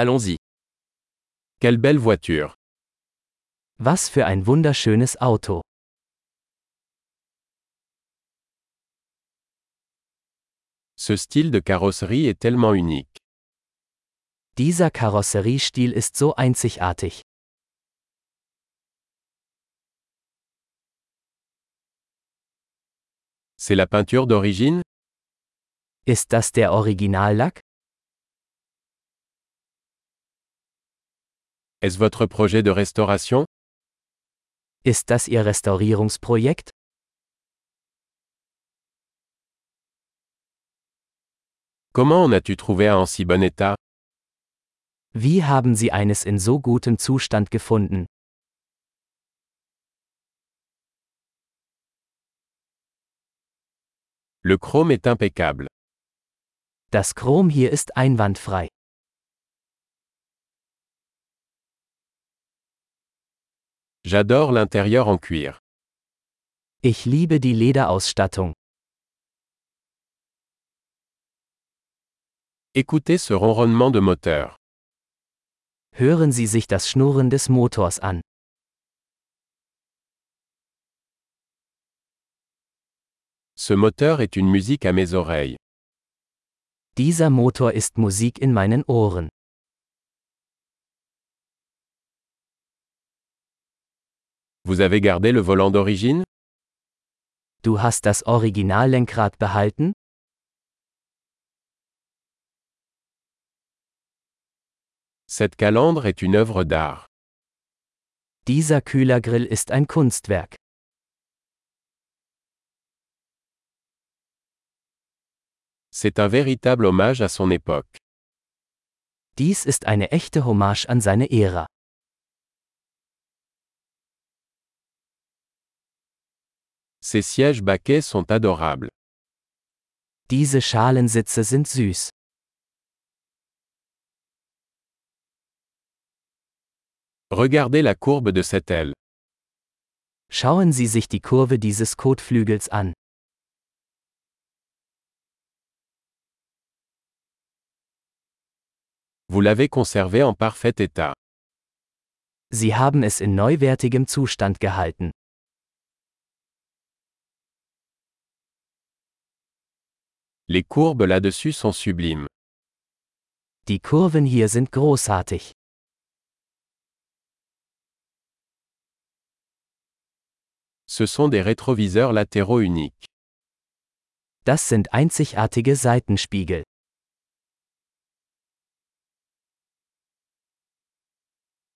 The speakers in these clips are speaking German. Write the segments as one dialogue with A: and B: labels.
A: Allons-y. Quelle belle voiture.
B: Was für ein wunderschönes Auto.
A: Ce style de carrosserie est tellement unique.
B: Dieser Karosseriestil ist so einzigartig.
A: C'est la peinture d'origine
B: Ist das der Originallack?
A: Est-ce votre projet de restauration
B: Ist das Ihr Restaurierungsprojekt?
A: Comment en as-tu trouvé un en si bon état
B: Wie haben Sie eines in so gutem Zustand gefunden?
A: Le chrome est impeccable.
B: Das Chrom hier ist einwandfrei.
A: J'adore l'intérieur en cuir.
B: Ich liebe die Lederausstattung.
A: Écoutez ce ronronnement de moteur.
B: Hören Sie sich das Schnurren des Motors an.
A: Ce moteur est une musique à mes oreilles.
B: Dieser Motor ist Musik in meinen Ohren.
A: Vous avez gardé le volant d'origine
B: Du hast das Originallenkrad behalten?
A: Cette calandre est une œuvre d'art.
B: Dieser Kühlergrill ist ein Kunstwerk.
A: C'est un véritable hommage à son époque.
B: Dies ist eine echte Hommage an seine Ära.
A: Ces sièges baquets sont adorables.
B: Diese Schalensitze sind süß.
A: Regardez la courbe de cette aile.
B: Schauen Sie sich die Kurve dieses Kotflügels an.
A: Vous l'avez conservé en parfait état.
B: Sie haben es in neuwertigem Zustand gehalten.
A: Les courbes là-dessus sont sublimes.
B: Die Kurven hier sind großartig.
A: Ce sont des rétroviseurs latéraux uniques.
B: Das sind einzigartige Seitenspiegel.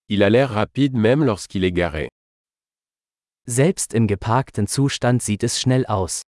A: Il a l'air rapide même lorsqu'il est garé.
B: Selbst im geparkten Zustand sieht es schnell aus.